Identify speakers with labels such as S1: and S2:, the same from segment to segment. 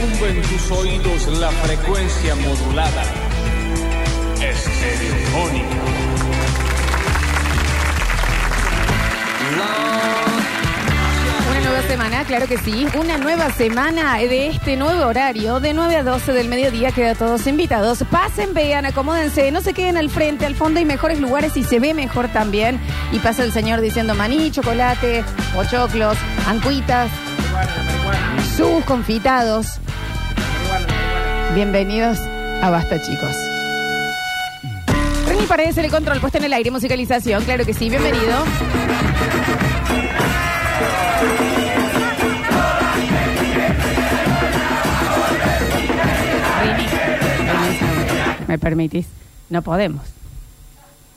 S1: tus oídos la frecuencia modulada. Estereofónica.
S2: Una nueva semana, claro que sí. Una nueva semana de este nuevo horario, de 9 a 12 del mediodía, queda todos invitados. Pasen, vean, acomódense, no se queden al frente, al fondo hay mejores lugares y se ve mejor también. Y pasa el señor diciendo maní, chocolate, pochoclos, ancuitas, sus confitados. Bienvenidos a Basta, chicos. Reni Paredes en el control, puesta en el aire, musicalización, claro que sí, bienvenido. Rini, Rini, ¿me permitís? No podemos.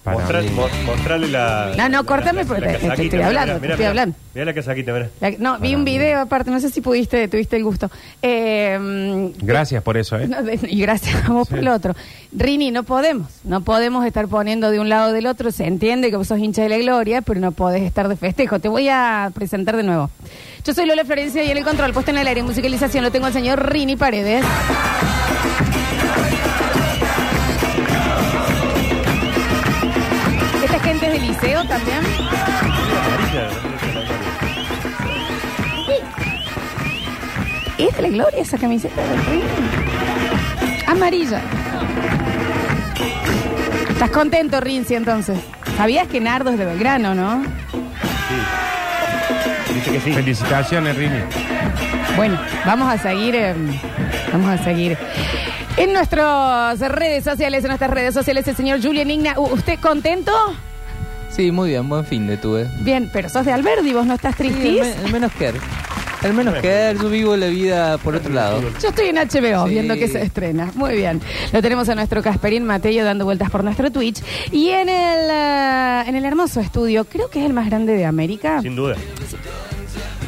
S3: Para
S4: Mostra-
S3: mí.
S4: mo- mostrale la.
S2: No, no, cortame
S4: la-
S2: porque
S4: la
S2: te- te
S4: casaquita,
S2: estoy
S4: mirá,
S2: hablando,
S4: mirá,
S2: te
S4: mirá,
S2: estoy hablando.
S4: Mirá la casaquita, mirá.
S2: La- no, vi un video aparte, no sé si pudiste, tuviste el gusto. Eh,
S3: Gracias por eso, ¿eh?
S2: No, de- y gracias a vos por el otro. Rini, no podemos. No podemos estar poniendo de un lado o del otro. Se entiende que vos sos hincha de la gloria, pero no podés estar de festejo. Te voy a presentar de nuevo. Yo soy Lola Florencia y en el control, puesto en el aire, en musicalización, lo tengo al señor Rini Paredes. Esta gente es del liceo también. ¿Es de la gloria esa camiseta de Rini? Amarilla. ¿Estás contento, Rinzi, entonces? Sabías que Nardo es de Belgrano, ¿no?
S4: Dice que sí.
S3: Felicitaciones, Rini.
S2: Bueno, vamos a seguir. eh, vamos a seguir. En nuestras redes sociales, en nuestras redes sociales, el señor Julian Igna. U- ¿Usted contento?
S5: Sí, muy bien, buen fin de tuve.
S2: Bien, pero sos de Alberdi, vos no estás
S5: Sí, el,
S2: tristis.
S5: me- el menos care. El menos care, yo vivo la vida por otro lado.
S2: Yo estoy en HBO
S5: Sí.
S2: viendo que se estrena. Muy bien. Lo tenemos a nuestro Casperín Mateo dando vueltas por nuestro Twitch. Y en el, eh, en el hermoso estudio, creo que es el más grande de América.
S4: Sin duda.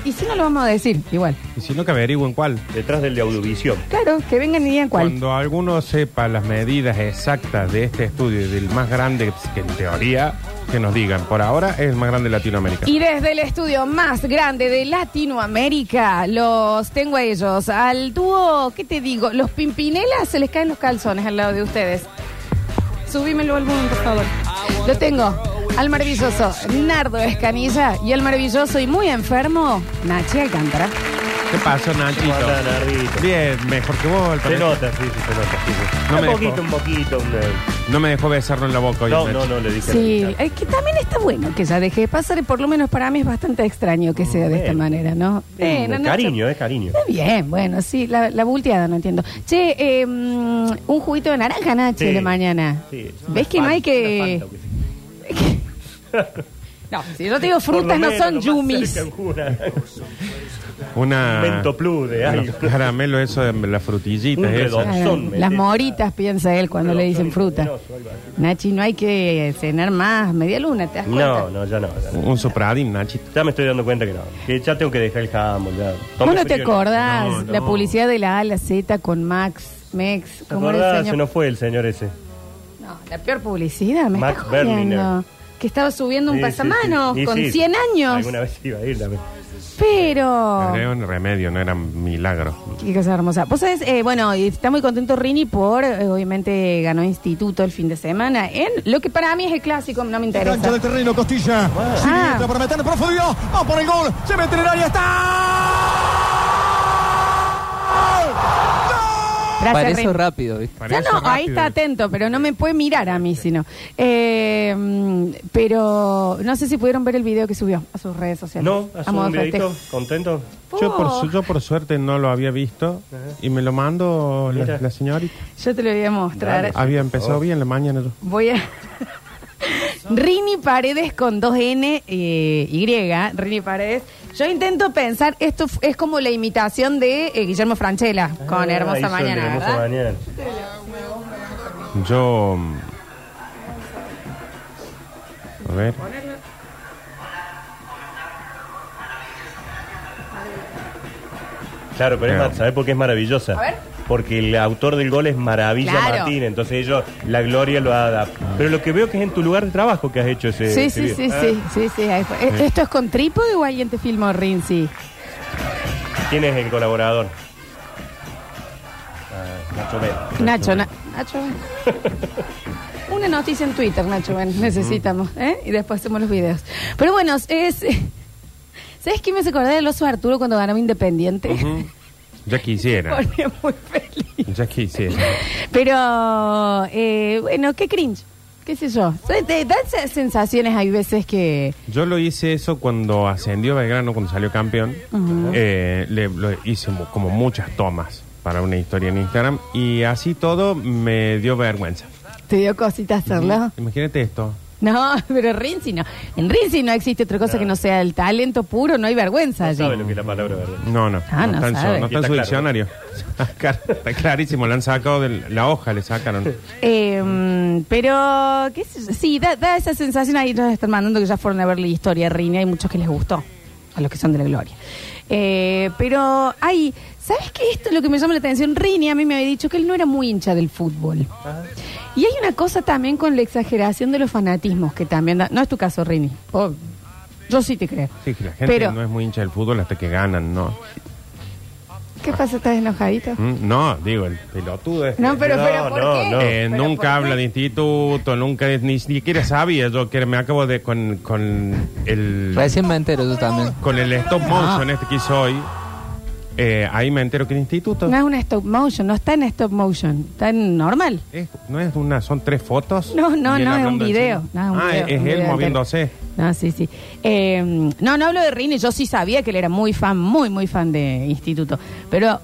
S2: Y si no lo vamos a decir, igual.
S3: Y si no, que averigüen cuál.
S4: Detrás del de Audiovisión.
S2: Claro, que vengan y digan cuál.
S3: Cuando alguno sepa las medidas exactas de este estudio y del más grande, que en teoría, que nos digan. Por ahora es el más grande de Latinoamérica.
S2: Y desde el estudio más grande de Latinoamérica, los tengo a ellos. Al dúo, ¿qué te digo? Los pimpinelas se les caen los calzones al lado de ustedes. Subímelo al mundo, por favor. Lo tengo al maravilloso Nardo Escanilla y al maravilloso y muy enfermo Nachi Alcántara.
S3: ¿Qué pasó, Nachito?
S4: Hola, Nardito.
S3: Bien, mejor que vos. al
S4: Se
S3: parecer.
S4: nota, sí, sí, se nota. sí, sí.
S3: No
S4: un
S3: me
S4: poquito,
S3: dejó.
S4: un poquito. un, eh,
S3: No me dejó besarlo en la boca hoy.
S4: No,
S3: Nachi.
S4: no, no, le dije. a la
S2: Sí, Eh,
S4: chica.
S2: es que también está bueno que ya deje de pasar, y por lo menos para mí es bastante extraño que sea de esta
S4: Bueno.
S2: manera, ¿no? Eh, no,
S4: Lindo,
S2: no,
S4: Cariño, eh, cariño.
S2: Está bien, bueno, sí, la, la bulteada, no entiendo. Che, eh, mm, un juguito de naranja, Nachi,
S4: Sí.
S2: de mañana.
S4: Sí, es una
S2: ¿Ves que no hay
S4: fanta,
S2: que...?
S4: una fanta,
S2: No, si yo te digo
S4: Por lo
S2: frutas, no
S4: menos,
S2: son
S4: lo más
S2: yumis.
S4: cerca, una-
S3: Una.
S4: Vento plus de
S3: Bueno,
S4: algo.
S3: Caramelo, eso de las frutillitas.
S4: Un
S3: esas.
S4: redondo.
S2: Claro,
S4: son, me
S2: las
S4: entiendes.
S2: moritas, piensa él, cuando
S4: Pero
S2: le
S4: son
S2: dicen fruta.
S4: venenoso, algo así.
S2: Nachi, no hay que cenar más, media luna, ¿te das cuenta?
S4: No, no, ya no. ya no.
S3: Un sopradim, Nachito.
S4: Ya me estoy dando cuenta que no. Que ya tengo que dejar el jamón. Ya.
S2: ¿Vos
S4: Tome
S2: no te
S4: frío,
S2: acordás
S3: No, no.
S2: la publicidad de la A a la Z con Max, Mex?
S4: ¿Te
S2: ¿Cómo era el
S4: acordás?
S2: señor?
S4: Se nos fue el señor ese.
S2: No, la peor publicidad, me
S4: Max
S2: estás
S4: Berliner.
S2: jodiendo. Que estaba subiendo un
S4: Sí, sí, sí.
S2: pasamanos
S4: Y
S2: con
S4: sí,
S2: 100 años.
S4: Alguna vez iba a ir también. Oh.
S2: Pero.
S3: Era un remedio, no era un milagro.
S2: Qué cosa hermosa. Vos sabés, eh, bueno, y está muy contento Rini por, eh, obviamente, ganó instituto el fin de semana en lo que para mí es el clásico, no me
S6: Cancha
S2: interesa.
S6: del terreno, Costilla. Siniestra para meter en profundidad. Va por el gol. Se mete en el área. ¡Está!
S5: Para
S2: Gracias,
S5: eso
S2: Rini.
S5: rápido, ¿viste?
S2: Ya
S3: Parece
S2: no, ahí
S3: rápido.
S2: está atento, pero no me puede mirar a mí, sino. Eh, mm, pero no sé si pudieron ver el video que subió a sus redes sociales.
S4: No,
S2: A
S4: hace
S2: modo
S4: un
S2: de
S4: videito,
S2: festejo.
S4: contento.
S3: Yo por,
S2: Oh.
S3: su- yo por suerte no lo había visto y me lo mando la,
S4: Mira.
S3: la señorita.
S2: Yo te lo voy a mostrar.
S4: Dale.
S3: Había empezado
S4: Oh.
S3: bien la mañana. yo.
S2: Voy a. Rini Paredes con 2N eh, Y, Rini Paredes. Yo intento pensar, esto f- es como la imitación de eh, Guillermo Franchella con
S4: Ah, hizo
S2: Hermosa
S4: el de
S2: Mañana,
S4: Hermosa
S2: ¿verdad?
S4: Mañana.
S3: Yo... mm, A ver.
S4: Claro, pero es
S3: Claro.
S4: mar- ¿sabés por qué es maravillosa?
S2: A ver.
S4: Porque el autor del gol es Maravilla
S2: Claro.
S4: Martín, entonces ellos la gloria lo adaptan. Pero lo que veo que es en tu lugar de trabajo que has hecho ese.
S2: Sí,
S4: ese
S2: sí,
S4: video.
S2: sí, sí, sí, sí, ahí fue. ¿E- ¿Esto es con trípode o alguien te filmó, Rinzi?
S4: ¿Quién es el colaborador? Nacho Ben.
S2: Nacho, Na- Nacho. ven. Una noticia en Twitter, Nacho, ven, necesitamos. ¿eh? Y después hacemos los videos. Pero bueno, es. ¿Sabes qué me hace acordar del oso Arturo cuando ganaba Independiente?
S3: Ujú. Ya quisiera.
S2: Porque muy feliz.
S3: Ya quisiera.
S2: Pero, eh, bueno, qué cringe. ¿Qué sé yo? So, Te dan esas sensaciones, hay veces que.
S3: Yo lo hice eso cuando ascendió Belgrano, cuando salió campeón.
S2: Ujú.
S3: Eh, le, lo hice mu- como muchas tomas para una historia en Instagram y así todo me dio vergüenza.
S2: ¿Te dio cosita hacerlo?
S3: Imagínate esto.
S2: No, pero Rinzi no. En Rinzi no existe otra cosa que no sea el talento puro, no hay vergüenza allí.
S4: ¿Sabe lo que es la palabra verdad?
S3: No, no.
S2: Ah, no
S3: está en su,
S2: sabe.
S3: no está en
S4: Está
S3: su
S4: claro.
S3: diccionario. está clarísimo, le han sacado de la hoja, le sacaron.
S2: Eh, pero, ¿qué sé yo? Sí, da, da esa sensación. Ahí nos están mandando que ya fueron a ver la historia, Rini. Hay muchos que les gustó, a los que son de la gloria. Eh, pero, ay, ¿sabes qué? Esto es lo que me llama la atención. Rini a mí me había dicho que él no era muy hincha del fútbol. Y hay una cosa también con la exageración de los fanatismos que también da. No es tu caso, Rini. Oh, yo sí te creo.
S3: Sí, que la gente
S2: Pero-
S3: no es muy hincha del fútbol hasta que ganan, ¿no?
S2: ¿Qué pasa? ¿Estás enojadito?
S3: Mm, No, digo, el pelotudo es...
S2: No, pero,
S4: No,
S2: pero ¿por
S4: no,
S2: qué?
S4: no.
S3: Eh,
S2: Pero, ¿por
S3: nunca habla
S2: qué?
S3: de instituto, nunca es- ni siquiera sabía yo que me acabo de con, con el
S4: Pues-
S5: Recién me entero yo también.
S3: con el stop
S2: Ah.
S3: motion este que hizo hoy. eh, ahí me entero que el instituto
S2: No
S3: es-
S2: es una stop motion, no está en stop motion, está en normal.
S3: no es, una, son tres fotos.
S2: No, no,
S3: y él
S2: no, es un
S3: hablando encima.
S2: video. no, es un
S3: ah,
S2: video,
S3: es
S2: un
S3: él
S2: video
S3: moviéndose.
S2: entero. No, sí, sí. Eh, no, no hablo de Rini, yo sí sabía que él era muy fan, muy, muy fan de Instituto. Pero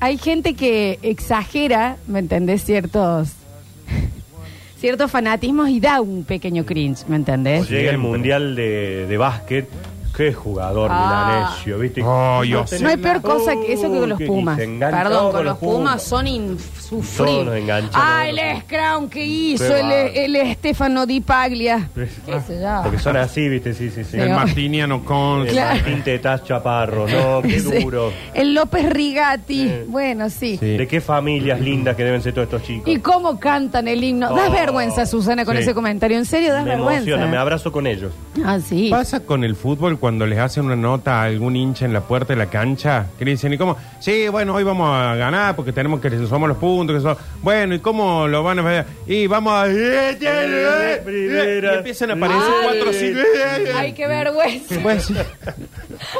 S2: hay gente que exagera, ¿me entendés? Ciertos, ciertos fanatismos y da un pequeño cringe, ¿me entendés?
S4: Llega
S3: Siempre.
S4: el mundial de, de básquet. Qué jugador
S2: Ah.
S4: milanesio, ¿viste?
S3: Oh, yo
S4: tenés
S2: No hay peor
S4: la-
S2: cosa que eso que con los
S4: Oh,
S2: Pumas.
S4: y se engancha
S2: Perdón,
S4: todo
S2: con los Pumas son
S4: Todos nos
S2: insufribles.
S4: enganchamos.
S2: Ah, el Scrum que hizo,
S4: Qué
S2: el,
S4: bárbaro.
S2: el Estefano Di Paglia.
S4: Ah,
S2: ¿Qué sé yo?
S4: Porque son así, ¿viste? Sí, sí, sí.
S3: El
S2: Sí.
S3: Martiniano con
S4: El
S2: Claro.
S4: Martín Tetaz Chaparro, ¿no? Qué
S2: Ese-
S4: duro.
S2: El López Rigati. Bueno, sí.
S3: Sí.
S4: ¿De qué familias lindas que deben ser todos estos chicos?
S2: ¿Y cómo cantan el himno? Das
S4: Oh,
S2: vergüenza, Susana, con
S3: sí.
S2: ese comentario. En serio, das
S4: me
S2: vergüenza. ¿eh?
S4: emociona, me abrazo con ellos.
S2: Ah, sí.
S3: pasa con el fútbol cuando les hacen una nota a algún hincha en la puerta de la cancha? Que le dicen, ¿y cómo? Sí, bueno, hoy vamos a ganar porque tenemos que somos los puntos. Que so- Bueno, ¿y cómo lo van a ver? Y vamos a... eh, Y empiezan a aparecer
S2: Ay.
S3: cuatro, cinco...
S2: Ay, qué vergüenza.
S3: Pues,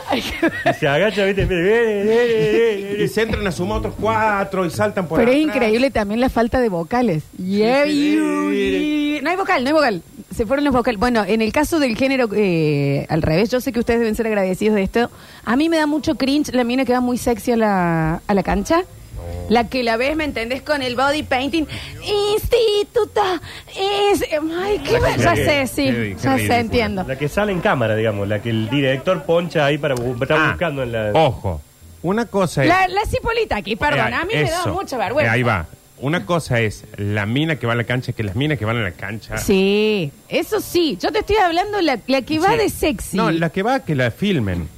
S2: Ay, qué-
S4: Y se agacha, ¿viste? Mire, eh, eh, eh, eh,
S3: y
S4: eh.
S3: se entran a sumar otros cuatro y saltan por
S2: Pero es
S3: atrás.
S2: increíble también la falta de vocales. Yeah, you- y- No hay vocal, no hay vocal. Se fueron los vocales. Bueno, en el caso del género eh, al revés, yo sé que ustedes deben ser agradecidos de esto. A mí me da mucho cringe la mina que va muy sexy a la, a la cancha. La que la ves, ¿me entendés? Con el body painting. Instituto. Es... eh, Ay, qué ver- Ya sé, sí.
S3: qué
S2: ya sé,
S3: ridícula.
S2: entiendo.
S4: La que sale en cámara, digamos, la que el director poncha ahí para bu- está
S3: Ah,
S4: buscando en la.
S3: Ojo, una cosa es...
S2: La, la cipolita aquí, perdón.
S3: Eh,
S2: a mí me da
S3: eso.
S2: mucha vergüenza.
S3: Eh, ahí va. Una cosa es la mina que va a la cancha que las minas que van a la cancha.
S2: Sí, eso sí. Yo te estoy hablando la, la que va
S3: Sí.
S2: de sexy.
S3: No, la que va a que la filmen.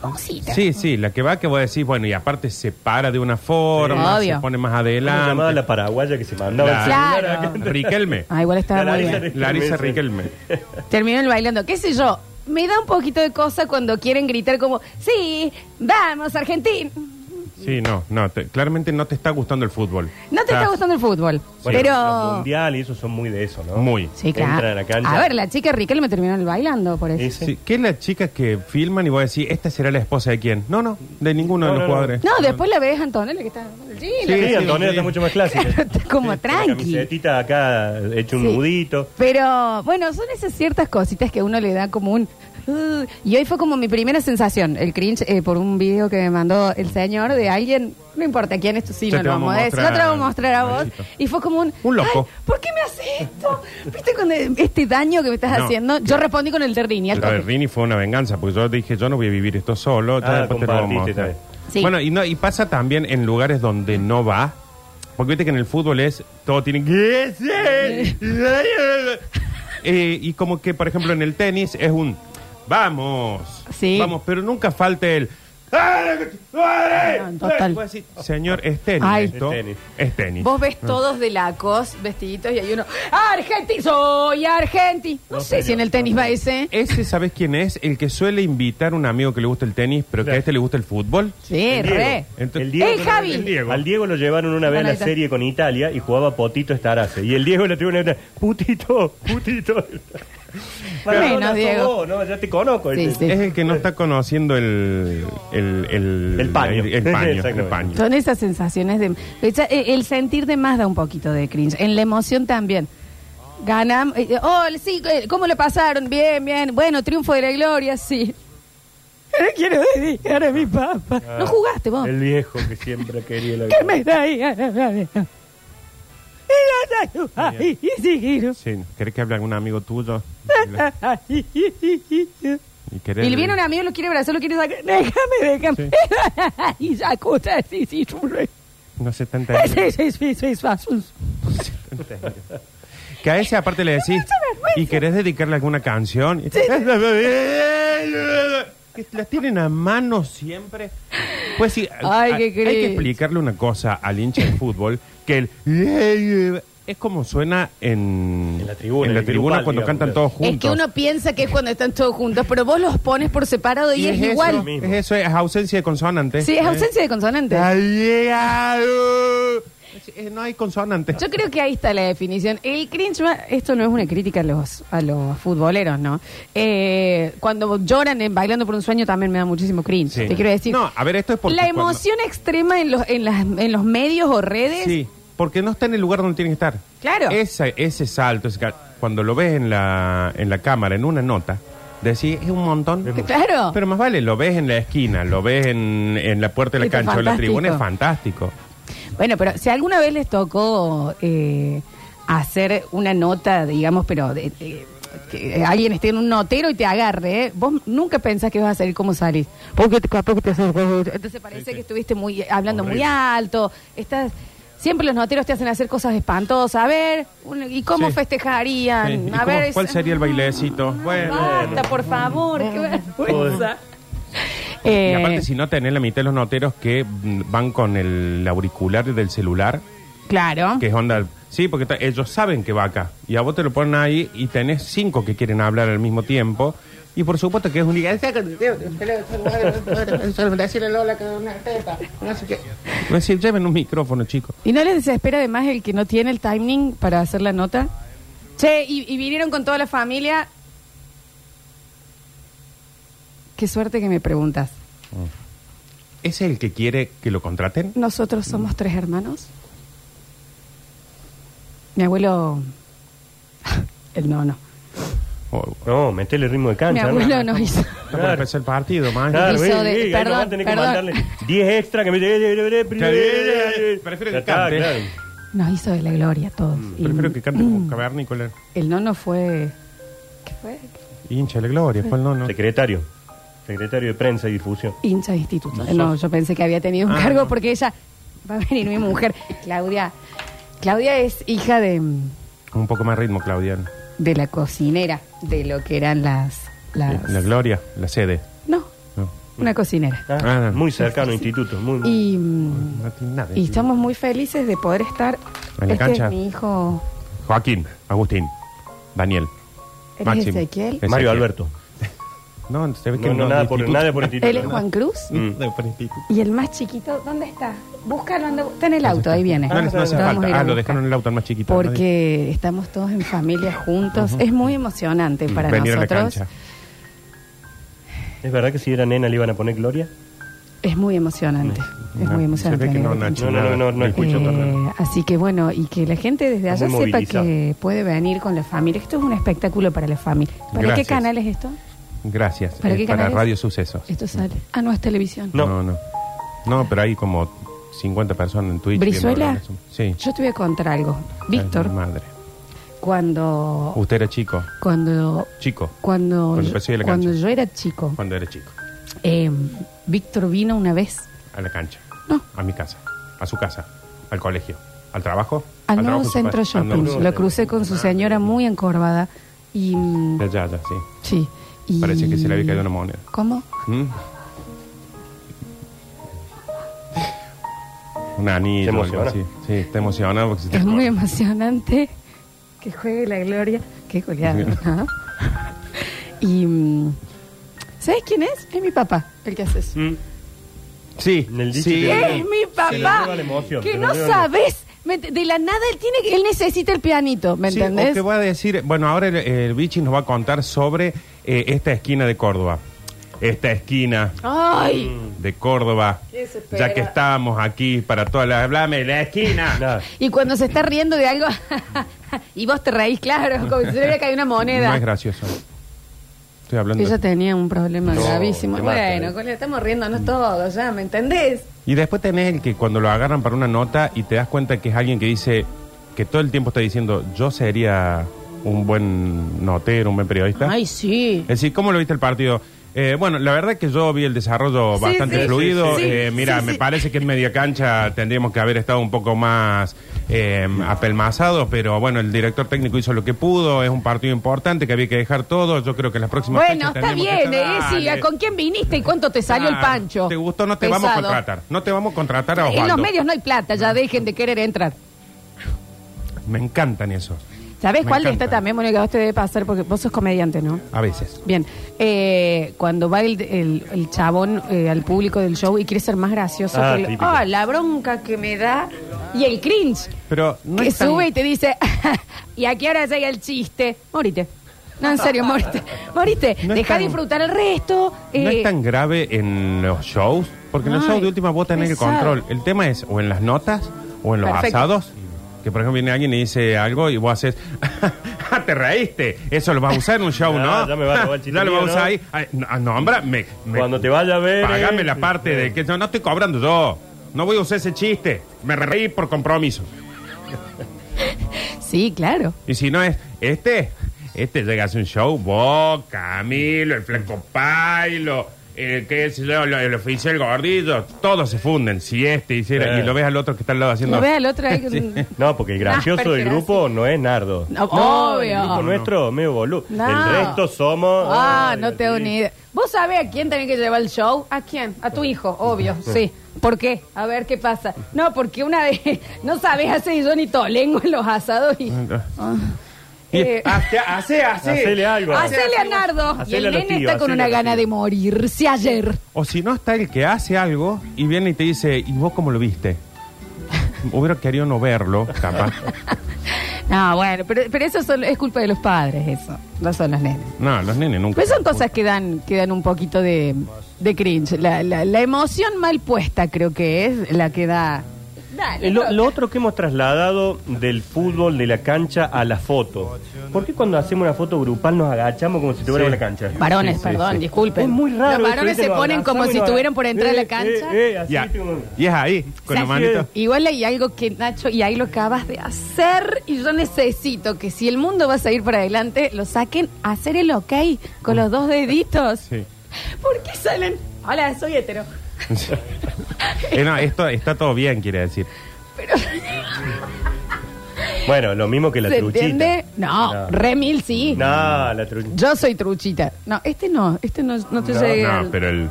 S2: famosita.
S3: Sí, sí, la que va que vos decís, bueno, y aparte se para de una forma,
S2: Sí. Obvio.
S3: se pone más
S4: ¿Cómo se llamaba
S3: adelante.
S4: la paraguaya que se mandaba
S3: La-
S4: el celular
S2: Claro.
S4: acá?
S3: Riquelme.
S2: Ah, igual estaba
S4: La
S2: muy
S4: Larisa
S2: bien.
S3: Larisa
S4: sí.
S3: Riquelme.
S2: Terminó el bailando, qué sé yo. Me da un poquito de cosa cuando quieren gritar como, sí, vamos, Argentina.
S3: Sí, no, no, te- claramente no te está gustando el fútbol. Ah,
S2: No te está
S3: Estás-
S2: gustando el fútbol,
S4: Bueno, Los
S2: pero...
S4: mundiales y eso son muy de eso, ¿no?
S3: Muy.
S2: Sí, claro.
S4: Entran a la cancha.
S2: A ver, la chica Riquel me terminó el bailando por eso.
S4: Ese.
S3: Sí, ¿Qué es las chicas que filman y vos decís, esta será la esposa de quién? No, no, de ninguno
S4: No,
S3: de los
S4: no, no.
S3: cuadres.
S2: No, después la ves a Antonella que está... Sí, la-
S4: Sí,
S3: Sí,
S4: Antonella
S3: sí.
S4: está mucho más clásica.
S2: está como
S4: Sí, con la
S2: tranqui.
S4: Camisetita acá, hecho un
S2: Sí.
S4: nudito.
S2: Pero bueno, son esas ciertas cositas que a uno le da como un... "Uh", y hoy fue como mi primera sensación, el cringe, eh, por un video que me mandó el señor de alguien, no importa quién, esto sí,
S3: Ya
S2: no
S3: te
S2: lo vamos
S3: vamos
S2: a
S3: a
S2: decir, no te lo vamos a mostrar a vos.
S3: mostrar, Maricito.
S2: Y fue como un...
S3: Un loco.
S2: "Ay, ¿Por qué me haces esto? ¿Viste con el- este daño que me estás
S3: No,
S2: haciendo? Yo respondí con el de Rini. al
S3: Lo de
S2: toque.
S3: Rini fue una venganza, porque yo dije, yo no voy a vivir esto solo. ya
S4: Ah,
S3: después te lo vamos a
S4: compartiste
S3: mostrar.
S4: también.
S2: Sí.
S3: Bueno, y, no, y pasa también en lugares donde no va, porque viste que en el fútbol es, todo tiene que... Eh, y como que, por ejemplo, en el tenis es un, vamos,
S2: Sí.
S3: vamos, pero nunca falta el...
S2: Ah, No, total.
S3: Vos decís, Señor, es tenis
S2: Ay.
S3: esto.
S4: Es tenis.
S3: Es tenis.
S2: Vos ves todos de lacos, vestiditos, y hay uno, ¡Argenti! ¡Soy Argenti! No,
S4: No,
S2: sé
S4: señor,
S2: si en el tenis
S4: no,
S2: va ese.
S3: Ese, ¿sabes quién es? El que suele invitar a un amigo que le gusta el tenis, pero que a
S4: Claro.
S3: este le gusta el fútbol.
S2: Sí, re.
S3: Ento-
S4: El Diego,
S2: ¡Ey, Javi!
S4: el Diego. Al Diego lo llevaron una vez a la
S2: Manolita.
S4: serie con Italia y jugaba Potito Estarace. Y el Diego le tuvo una. Putito, putito.
S2: Menos,
S4: sos
S2: Diego.
S4: vos, no, ya te conozco. este.
S2: Sí, sí.
S3: Es el que no está conociendo el. El, el,
S4: El paño.
S3: El, el paño.
S4: Exactamente.
S3: el paño.
S2: Son esas sensaciones de... Echa- eh, El sentir de más da un poquito de cringe. En la emoción también. Ganamos... eh, Oh, sí, eh, ¿cómo le pasaron? Bien, bien. Bueno, triunfo de la gloria, sí. Quiero dedicar a mi papá. No jugaste vos.
S4: Ah, El viejo que siempre quería la
S2: ¿Qué me da ahí? Y la saluda, y- y seguir.
S3: Sí. ¿Querés que hable algún amigo tuyo? Y querés-
S2: Y viene un amigo, lo quiere abrazar, lo quiere sacar. Déjame, déjame.
S3: Sí.
S2: Y saco, sí, sí, churre.
S3: No se está entendiendo.
S2: Sí, sí, sí, sí, sí, sí.
S3: Que a ese aparte le decís. ¿Y querés dedicarle alguna canción? Que las tienen a mano siempre. Pues sí,
S2: Ay,
S3: a-
S2: qué
S3: hay
S2: cringe.
S3: que explicarle una cosa al hincha de fútbol, que el es como suena en,
S4: En la tribuna,
S3: en la
S4: el
S3: tribuna
S4: grupal,
S3: cuando
S4: digamos,
S3: cantan
S4: claro.
S3: todos juntos.
S2: Es que uno piensa que es cuando están todos juntos, pero vos los pones por separado y, es,
S3: eso, eh.
S2: igual.
S3: Es eso, es ausencia de consonantes.
S2: Sí, es ausencia de consonantes.
S3: No hay consonantes.
S2: Yo creo que ahí está la definición. El cringe, ma- esto no es una crítica a los, a los futboleros, ¿no? Eh, cuando lloran en Bailando por un Sueño también me da muchísimo cringe.
S3: Sí.
S2: Te quiero decir.
S3: No, a ver, esto es porque
S2: La
S3: cuando-
S2: emoción extrema en los, en, las, en los medios o redes.
S3: Sí, porque no está en el lugar donde tiene que estar.
S2: Claro.
S3: Esa- ese salto, ese ca- cuando lo ves en la, en la cámara, en una nota, decís, es un montón.
S2: Claro.
S3: Pero más vale, lo ves en la esquina, lo ves en, en la puerta de la
S2: Esto es
S3: cancha o en la
S2: fantástico.
S3: tribuna, es fantástico.
S2: Bueno, pero si alguna vez les tocó eh, hacer una nota, digamos, pero de- de- que alguien esté en un notero y te agarre, ¿eh? vos nunca pensás que vas a salir como salís. Porque te- capaz que te haces- Entonces parece que estuviste muy hablando muy
S4: Horrible.
S2: alto. Estás Siempre los noteros te hacen hacer cosas espantosas. A ver, un- ¿y cómo
S3: Sí.
S2: festejarían?
S3: Sí, ¿y
S2: Ah, A
S3: cómo-
S2: ver, es-
S3: ¿Cuál sería el bailecito? Bueno.
S2: Basta, por favor, qué vergüenza.
S3: Y
S2: Eh,
S3: aparte, si no tenés la mitad de los noteros que mm, van con el auricular del celular,
S2: claro.
S3: que es onda. Sí, porque ta- ellos saben que va acá. Y a vos te lo ponen ahí y tenés cinco que quieren hablar al mismo tiempo. Y por supuesto que es un día. No es decir, lleven un micrófono, chicos.
S2: ¿Y no les desespera además el que no tiene el timing para hacer la nota? Che, y, y vinieron con toda la familia. Qué suerte que me preguntas.
S3: ¿Es el que quiere que lo contraten?
S2: Nosotros somos tres hermanos. Mi abuelo. El nono.
S3: O-
S4: No, metele ritmo de
S2: Mi
S4: cancha.
S2: abuelo no hizo.
S3: No, para empezar el partido, man.
S4: Claro,
S2: Hizo
S4: eh,
S2: de-
S4: eh, ahí
S2: perdón,
S4: nos van a tener que
S2: perdón.
S4: mandarle 10 extra que me
S3: eh,
S4: llegue.
S3: Prefiero que
S4: Ya está,
S3: cante.
S4: claro.
S2: Nos hizo de la gloria a todos. Y Mm.
S3: Prefiero Mm, que cante como cavernícola.
S2: El nono fue. ¿Qué fue?
S3: Hincha de la gloria, fue el nono.
S4: Secretario. Secretario de Prensa y Difusión.
S2: hincha de instituto. No, yo pensé que había tenido un
S3: Ah,
S2: cargo
S3: no.
S2: porque ella va a venir mi mujer, Claudia. Claudia es hija de,
S3: Un poco más ritmo, Claudiano.
S2: de la cocinera, de lo que eran las... las...
S3: Eh, La gloria, la sede.
S2: No,
S3: No,
S2: una cocinera.
S4: Ah,
S3: Ah, no.
S4: muy cercano a instituto. Muy, muy-
S2: Y, mm,
S3: no tiene nada.
S2: y estamos muy felices de poder estar...
S3: En la
S2: este
S3: cancha.
S2: es mi hijo,
S3: Joaquín, Agustín, Daniel.
S2: él es
S3: Máximo.
S2: Ezequiel.
S3: Es-
S4: Mario Alberto.
S3: No, se ve que
S4: No, no, nada, por,
S3: instituto.
S4: nada por
S2: Él es
S4: instituto.
S2: Juan Cruz.
S3: Mm. No, por instituto.
S2: Y el más chiquito, ¿dónde está? Búscalo, anda, está en el auto, ahí viene.
S3: No, no hace
S2: Lo vamos a ir a
S3: falta. Ah, lo
S2: buscar.
S3: dejaron en el auto al más chiquito. ¿no?
S2: Porque estamos todos en familia juntos. Es muy emocionante para
S3: Venir a la
S2: nosotros.
S3: cancha.
S4: ¿Es verdad que si era nena le iban a poner Gloria?
S2: Es muy emocionante. Es muy
S3: No, Mm. Ah, se
S2: emocionante.
S3: ve que no,
S2: Eh,
S3: Nacho,
S4: No, no,
S3: nada.
S4: no, no, no escucho.
S2: eh,
S4: no.
S2: así que bueno, y que la gente desde
S4: Está
S2: allá
S4: muy
S2: sepa
S4: movilizada.
S2: que puede venir con la familia. Esto es un espectáculo para la familia. ¿Para
S3: Gracias.
S2: qué canal es esto?
S3: Gracias.
S2: ¿Para
S3: Eh,
S2: qué
S3: para
S2: canales?
S3: Radio Sucesos.
S2: Esto sale. Ah, no, es televisión.
S4: No.
S3: No, no. No, pero hay como 50 personas en Twitch.
S2: ¿Brizuela?
S3: viendo la- Sí.
S2: Yo te voy a contar algo. Víctor,
S3: Ay, mi madre.
S2: cuando,
S3: Usted era chico.
S2: cuando,
S3: Chico.
S2: cuando,
S3: Cuando
S2: yo-
S3: empecé la
S2: cuando
S3: cancha.
S2: yo era chico,
S3: Cuando era chico.
S2: eh, Víctor vino una vez.
S3: A la cancha.
S2: No.
S3: A mi casa. A su casa. Al colegio. Al trabajo.
S2: Al nuevo
S3: trabajo de su
S2: centro
S3: padre, al nuevo
S2: shopping.
S4: centro.
S2: Lo crucé con su señora muy encorvada y... mm,
S3: De allá, allá, sí.
S2: Sí. y-
S4: Mm.
S3: Parece que se le había caído una moneda.
S2: ¿Cómo?
S3: ¿Mm? un anillo.
S4: Te
S3: o algo
S4: emociona.
S3: así. Sí, está emocionado porque se te
S2: Es muy emocionante que juegue la gloria. Qué goleada, ¿no? Y. mm, ¿Sabes quién es? Es mi papá, el que hace eso.
S4: Mm.
S3: Sí,
S4: En el dicho
S3: sí.
S4: que-
S2: ¡Es mi
S4: Se lo
S2: papá!
S4: lleva la emoción,
S2: que
S4: se lo
S2: no
S4: lleva la-
S2: sabes. Me ent- De la nada él tiene que- él necesita el pianito, ¿me
S3: Sí, o
S2: entendés?
S3: te va a decir, bueno, ahora el, el Vichy nos va a contar sobre eh, esta esquina de Córdoba. Esta esquina
S2: Ay,
S3: de Córdoba.
S2: Desespera.
S3: Ya que estamos aquí para todas las... Hablame, la esquina.
S4: Nada.
S2: y cuando se está riendo de algo y vos te reís, claro, como si se le hubiera caído una
S3: No
S2: moneda.
S3: es gracioso. Estoy hablando.
S2: Ella tenía un problema
S4: No,
S2: gravísimo.
S4: te mata,
S2: Bueno,
S4: eh.
S2: Cole, estamos riéndonos todos, ya, ¿me entendés?
S3: Y después tenés el que cuando lo agarran para una nota y te das cuenta que es alguien que dice, que todo el tiempo está diciendo, yo sería un buen notero, un buen periodista.
S2: Ay, sí.
S3: Es decir, ¿cómo lo viste el partido? Eh, bueno, la verdad que yo vi el desarrollo
S2: Sí,
S3: bastante
S2: sí,
S3: fluido.
S2: sí, sí.
S3: Eh,
S2: Sí,
S3: mira,
S2: sí,
S3: me
S2: sí.
S3: parece que en media cancha tendríamos que haber estado un poco más eh, apelmazados, pero bueno, el director técnico hizo lo que pudo. Es un partido importante que había que dejar todo. Yo creo que en las próximas
S2: Bueno,
S3: fechas
S2: está
S3: tendríamos que
S2: bien,
S3: estar-
S2: eh, sí,
S3: Dale.
S2: ¿con quién viniste y cuánto te salió el
S3: Claro,
S2: pancho?
S3: Ah, ¿Te gustó? No te vamos a
S2: Pesado.
S3: contratar. No te vamos a contratar a Osvaldo.
S2: En los medios no hay plata, ya dejen de querer entrar.
S3: Me encantan esos,
S2: ¿Sabes
S3: Me
S2: cuál
S3: encanta.
S2: está también, Mónica? Vos te debe pasar porque vos sos comediante, ¿no?
S3: a veces.
S2: Bien, eh, cuando va el, el- el chabón eh, al público del show y quiere ser más gracioso,
S4: Ah,
S2: que le-
S4: típico.
S2: Ah, la bronca que me da y el cringe
S3: Pero no
S2: que
S3: es tan-
S2: sube y te dice, ¿y a qué hora llega el chiste? Morite. No, en serio, morite. Morite,
S3: No es
S2: deja
S3: tan-
S2: disfrutar el resto.
S3: No
S2: eh,
S3: es tan grave en los shows, porque en los
S2: Ay,
S3: shows de última vos tenés el
S2: pesado.
S3: control. El tema es o en las notas o en los
S2: Perfecto.
S3: asados, que por ejemplo viene alguien y dice algo y vos haces, ¡Ah, te reíste! Eso lo vas a usar en un show,
S4: Ah,
S3: ¿no?
S4: ya me va a robar el chiste
S3: Ya lo vas a
S4: mío,
S3: usar
S4: ¿no?
S3: ahí. Ay, no, ah, nombra, me- me-
S4: Cuando te vaya a ver,
S3: Pagame
S4: eh.
S3: la parte de que no, no estoy cobrando yo. No voy a usar ese chiste. Me reí por compromiso.
S2: Sí, claro.
S3: Y si no es este, este llega a hacer un show, vos, Camilo, el flanco Pailo, el que es el, el oficial gordillo, todos se funden. Si este hiciera,
S4: Eh.
S3: y lo ves al otro que está al lado haciendo.
S2: Lo ve al otro. ahí-
S4: No, porque el gracioso
S2: Asperger,
S4: del grupo no es Nardo.
S2: No,
S4: El grupo
S2: obvio.
S4: nuestro, medio boludo.
S2: No.
S4: El resto somos.
S2: Ah,
S4: Ay,
S2: no te
S4: sí.
S2: ni idea. ¿Vos sabés a quién tenés que llevar el show? ¿A quién? A tu hijo, obvio, sí. ¿Por qué? A ver qué pasa. No, porque una vez no sabés hacer yo ni tolengo en los asados y...
S3: Y-
S2: Eh.
S3: hace, hace, hace.
S4: Hacele algo.
S2: Hacele a Nardo. Y
S4: Hacele a
S2: el
S4: los
S2: nene
S4: tíos,
S2: está con
S4: hacele
S2: una
S4: a los
S2: gana
S4: tíos.
S2: de morirse ayer.
S3: O si no está el que hace algo y viene y te dice, ¿y vos cómo lo viste? Hubiera querido no verlo, capaz.
S2: No, bueno, pero, pero eso son- es culpa de los padres, eso. No son los nenes.
S3: No, los nenes nunca.
S2: Pero son cosas que dan, que dan un poquito de, de cringe. La, la- la emoción mal puesta creo que es la que da... Dale,
S4: Eh, Lo,
S2: loca.
S4: lo otro que hemos trasladado del fútbol, de la cancha a la foto. ¿Por qué cuando hacemos una foto grupal nos agachamos como si tuviéramos
S3: Sí.
S4: la cancha?
S2: Varones,
S4: Sí, sí,
S2: perdón,
S4: sí.
S2: disculpen.
S4: Es muy raro.
S2: Los
S4: eso,
S2: varones
S4: ¿viste?
S2: se
S4: Nos
S2: ponen
S4: abrazamos
S2: como
S4: y
S2: si
S4: nos-
S2: estuvieron por entrar a la
S4: Eh,
S2: cancha.
S4: eh, eh, así,
S3: Ya.
S4: viste, como-
S3: Y es ahí, con la
S2: ¿Sabes?
S3: manito.
S2: Igual hay algo que, Nacho, y ahí lo acabas de hacer, y yo necesito que si el mundo va a seguir para adelante, lo saquen a hacer el ok con los dos deditos.
S3: Sí.
S2: ¿Por qué salen? Hola, soy hetero.
S3: Eh, no, esto está todo bien, quiere decir.
S4: Bueno, lo mismo que la
S2: ¿Se
S4: truchita.
S2: entiende? No, remil sí.
S4: No, la truchita.
S2: Yo soy truchita. No, este no, este no, no te llega.
S3: No, pero el.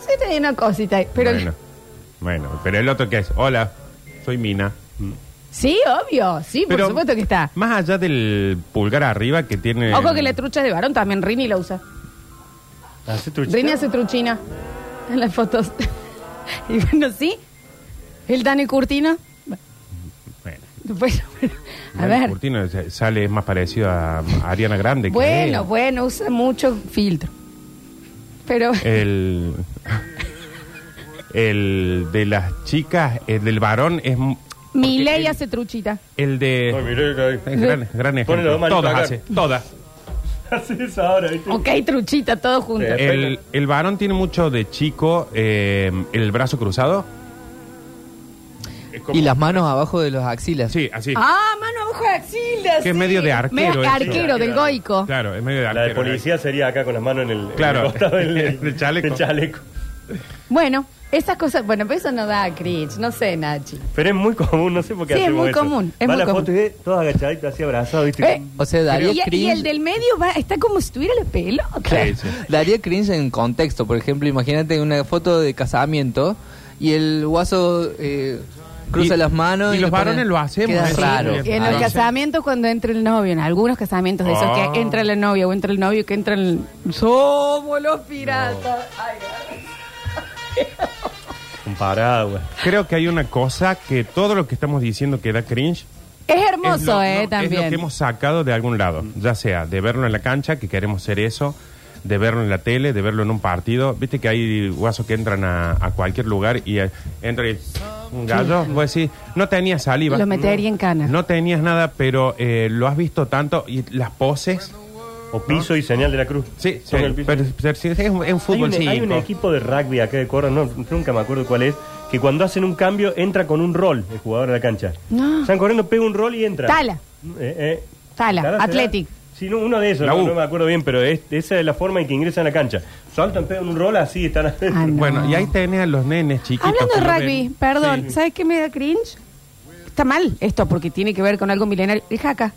S2: Sí, te di una cosita. ahí, Pero
S3: bueno, bueno, pero el otro que es, hola, soy Mina.
S4: Mm.
S2: Sí, obvio, sí, por
S3: Pero-
S2: supuesto que está.
S3: Más allá del pulgar arriba que tiene...
S2: Ojo que la trucha es de varón también, Rini la usa.
S4: ¿Hace truchita?
S2: Rini hace truchina en las fotos. y bueno, sí. El Dani Curtino.
S3: Bueno,
S2: Bueno, a
S3: Dani
S2: ver.
S3: Curtino se- sale es más parecido a, a Ariana Grande. que
S2: Bueno,
S3: él.
S2: bueno, usa mucho filtro. Pero
S3: Eh, El... El de las chicas, el del varón es... m-
S2: Milei hace truchita.
S3: El
S4: Ay,
S3: de...
S4: mirá, ay.
S3: Gran, gran
S4: Ponle
S3: ejemplo.
S4: los manos
S3: Todas
S4: acá.
S3: hace, todas.
S4: Hace eso ahora, ¿viste?
S2: Ok, truchita, todo junto.
S4: Sí.
S3: El, el varón tiene mucho de chico eh, el brazo cruzado. Es como-
S5: Y las manos abajo de los axilas.
S3: Sí, así.
S2: Ah, mano abajo de axila.
S3: Que es
S2: sí.
S3: medio de arquero
S2: Me-
S3: eso.
S2: arquero, del goico.
S3: Claro, es medio de
S4: La de
S3: arquero,
S4: policía sería acá con las manos en el, en
S3: Claro.
S4: el costado del
S3: Del chaleco.
S4: del chaleco.
S2: Bueno, esas cosas. Bueno, pero eso no da cringe. No sé, Nachi.
S4: Pero es muy común, no sé por qué
S2: Sí, es
S4: hacemos
S2: muy
S4: eso.
S2: común, es
S4: Va
S2: muy
S4: la
S2: común.
S4: foto y ve todos agachaditos así abrazados, ¿viste?
S2: Eh,
S5: O sea, daría
S2: Y, y el
S5: cringe.
S2: del medio va, está como si tuviera la pelota.
S3: Sí, sí.
S5: Daría cringe en contexto. Por ejemplo, imagínate una foto de casamiento y el guaso eh, cruza
S3: Y-
S5: las manos.
S3: y los
S5: le pone-
S3: varones lo hacemos,
S5: Queda
S3: eso
S5: raro.
S3: también.
S2: En
S3: Ah,
S2: los
S3: sí.
S2: casamientos cuando entra el novio, en algunos casamientos de esos
S3: Ah.
S2: que entra la novia o entra el novio que entra el... ¡Somos los piratas! Ay,
S4: Un paraguas.
S3: Creo que hay una cosa que todo lo que estamos diciendo que da cringe
S2: es
S3: es
S2: hermoso,
S3: lo- no,
S2: ¿eh?
S3: es
S2: también.
S3: lo que hemos sacado de algún lado,
S4: Mm.
S3: ya sea de verlo en la cancha, que queremos ser eso, de verlo en la tele, de verlo en un partido. Viste que hay guasos que entran a, a cualquier lugar y eh, entra y un gallo, vos decís, no tenías saliva.
S2: Lo metería en cana.
S3: No tenías nada, pero eh, lo has visto tanto y las poses.
S4: O piso y señal de la cruz.
S3: Sí, sí,
S4: Son el piso.
S3: pero- pero sí, es un, es un
S4: Hay
S3: fútbol
S4: un, hay un
S3: cinco.
S4: equipo de rugby acá de Córdoba, no, nunca me acuerdo cuál es, que cuando hacen un cambio entra con un rol el jugador a la cancha.
S2: No.
S4: Están corriendo, pega un rol y entra.
S2: Tala.
S4: Eh, eh.
S2: Tala,
S4: será?
S2: Athletic.
S4: Sí, no, uno de esos,
S3: La
S4: no,
S3: U.
S4: no me acuerdo bien, pero es- esa es la forma en que ingresan a la cancha. Saltan, pegan un rol, así están.
S2: Ah, no.
S3: Bueno, y ahí tenés a los nenes chiquitos.
S2: Hablando
S3: que
S2: de
S3: lo
S2: rugby,
S3: ven.
S2: perdón,
S3: Sí.
S2: ¿sabes qué me da cringe? Está mal esto porque tiene que ver con algo milenario. El jaca.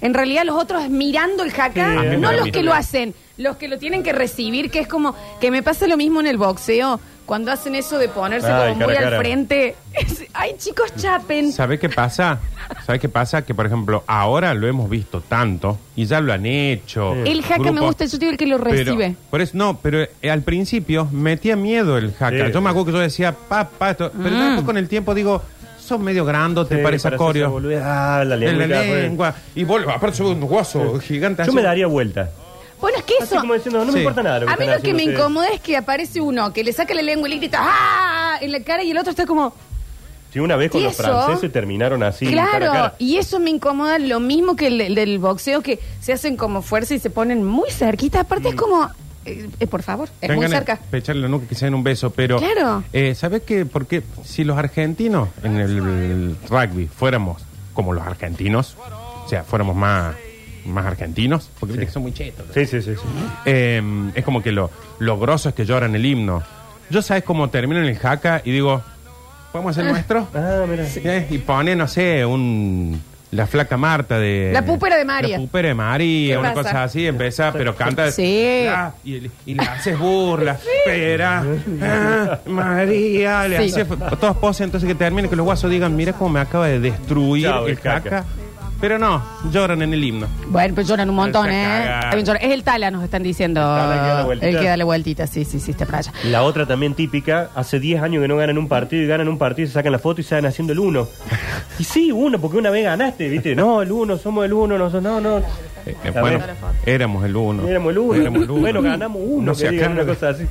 S2: En realidad los otros mirando el
S4: Sí, a
S2: jaca,
S4: mí me
S2: no
S4: da
S2: los
S4: miedo.
S2: que lo hacen, los que lo tienen que recibir, que es como que me pasa lo mismo en el boxeo, cuando hacen eso de ponerse
S4: Ay,
S2: como muy
S4: cara a cara.
S2: al frente. Es- Ay, chicos, chapen.
S3: ¿Sabe qué pasa? ¿Sabe qué pasa? Que, por ejemplo, ahora lo hemos visto tanto y ya lo han hecho.
S2: El jaca me
S3: Grupo-
S2: gusta, yo digo el que lo
S3: Pero-
S2: recibe.
S3: por eso, no, pero eh, al principio metía miedo el jaca.
S4: Sí.
S3: Yo me acuerdo que yo decía, papá, esto. Pero
S2: Ah.
S3: después con el tiempo digo, son medio grandote
S4: Sí,
S3: para esa
S4: parece
S3: coreo.
S4: esa boludez. Ah, la
S3: En
S4: lengua.
S3: la lengua. Y vuelvo, aparte soy un guaso gigante.
S4: Yo
S3: así.
S4: me daría vuelta.
S2: Bueno, es que
S4: Así
S2: eso...
S4: como diciendo, no me
S3: Sí.
S4: importa nada.
S2: A mí
S4: están
S2: lo que
S4: haciendo
S2: me
S4: ustedes.
S2: incomoda es que aparece uno que le saca la lengua y le grita ¡Ah! en la cara y el otro está como...
S4: Sí, una vez con los
S2: Tieso.
S4: franceses terminaron así. cara
S2: claro,
S4: a cara.
S2: y eso me incomoda lo mismo que el, del- del boxeo, que se hacen como fuerza y se ponen muy cerquita. Aparte
S4: Mm.
S2: es como, eh, eh, por favor, es
S3: Tengan
S2: muy
S3: ganas
S2: cerca.
S3: de echarle la nuca que se den un beso, pero.
S2: Claro.
S3: Eh, ¿Sabes qué? Porque si los argentinos en el, el rugby fuéramos como los argentinos, o sea, fuéramos más, más argentinos, porque viste que son muy chetos.
S4: Sí, sí, sí. sí.
S3: Eh, es como que lo, lo grosso es que lloran el himno. Yo sabes cómo termino en el jaca y digo, ¿podemos hacer nuestro?
S4: Ah, mira.
S3: Eh, Y pone, no sé, un. La flaca Marta de.
S2: La púpera de María.
S3: La púpera de María,
S2: ¿Qué
S3: una
S2: pasa?
S3: cosa así, empieza, pero canta.
S2: Sí.
S3: Ah, y, le- y le haces burla, pera, ah, María, le
S2: Sí.
S3: haces. Todos poses, entonces que termine, que los guasos digan, mira cómo me acaba de destruir
S4: Chao,
S3: el
S4: el jaca".
S3: jaca. Pero no, lloran en el himno.
S2: Bueno, pero lloran un montón,
S3: Esa
S2: ¿eh?
S3: cagada.
S2: También lloran. Es el tala, nos están diciendo.
S4: El tala que da la vueltita.
S2: El que da la vueltita, sí, sí, sí, está para allá.
S4: La otra también típica, hace 10 años que no ganan un partido y ganan un partido y se sacan la foto y salen haciendo el uno. Y sí, uno, porque una vez ganaste, ¿viste? No, el uno, somos el uno, nosotros no, no.
S3: Eh, eh,
S4: A
S3: bueno,
S4: ver.
S3: éramos el uno.
S4: Éramos el uno.
S3: Éramos el
S4: Bueno, ganamos uno,
S3: No
S4: que
S3: se
S4: digan
S3: acaba.
S4: una cosa así.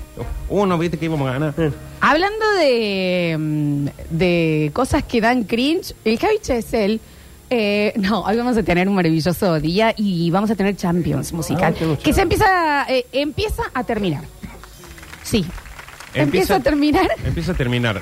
S3: Uno, viste que íbamos a ganar.
S2: Hablando de, mm, de cosas que dan cringe, el Javi Chesel, eh, no, hoy vamos a tener un maravilloso día y vamos a tener Champions musical,
S4: Ah, qué bochorno.
S2: que se empieza, eh, empieza a terminar. Sí. Empieza, a terminar.
S3: Empieza a terminar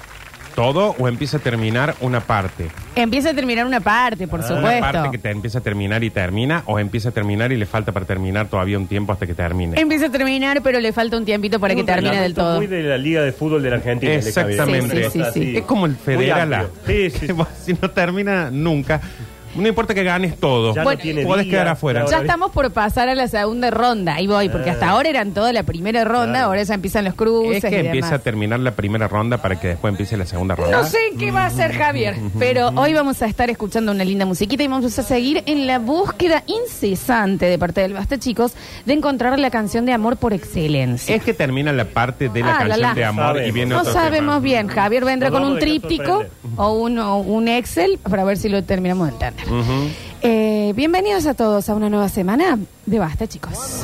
S3: todo o empieza a terminar una parte.
S2: Empieza a terminar una parte, por
S3: Ah, Una
S2: supuesto.
S3: parte que te empieza a terminar y termina o empieza a terminar y le falta para terminar todavía un tiempo hasta que termine.
S2: Empieza a terminar, pero le falta un tiempito para que
S4: Un
S2: termine del
S4: reglamento
S2: todo.
S4: Muy de la Liga de Fútbol de la Argentina. le cabe.
S3: Exactamente.
S2: Sí, sí, sí, sí.
S3: Es como el
S4: Muy
S3: federal.
S4: amplio. Sí, sí. sí.
S3: si no termina nunca, no importa que ganes todo.
S4: Ya
S2: Bueno,
S4: no tiene
S3: podés
S4: día,
S3: quedar afuera.
S4: ahora-
S2: Ya estamos por pasar a la segunda ronda, ahí voy, porque hasta ahora eran toda la primera ronda,
S4: Claro.
S2: ahora ya empiezan los cruces.
S3: Eh. Es que
S2: y
S3: empieza a
S2: demás.
S3: terminar la primera ronda para que después empiece la segunda ronda.
S2: No sé qué va a hacer Javier, pero hoy vamos a estar escuchando una linda musiquita y vamos a seguir en la búsqueda incesante de parte del Basta, chicos, de encontrar la canción de amor por excelencia.
S3: Es que termina la parte de la
S2: Ah, la,
S3: canción
S2: la.
S3: de amor y
S4: Sabemos.
S3: viene
S2: No
S3: otro
S2: sabemos
S3: tema.
S2: bien, Javier vendrá
S4: Nos
S2: con un
S4: vamos a dejar
S2: tríptico o un, o un Excel para ver si lo terminamos de entender. Eh, bienvenidos a todos a una nueva semana de Basta, chicos.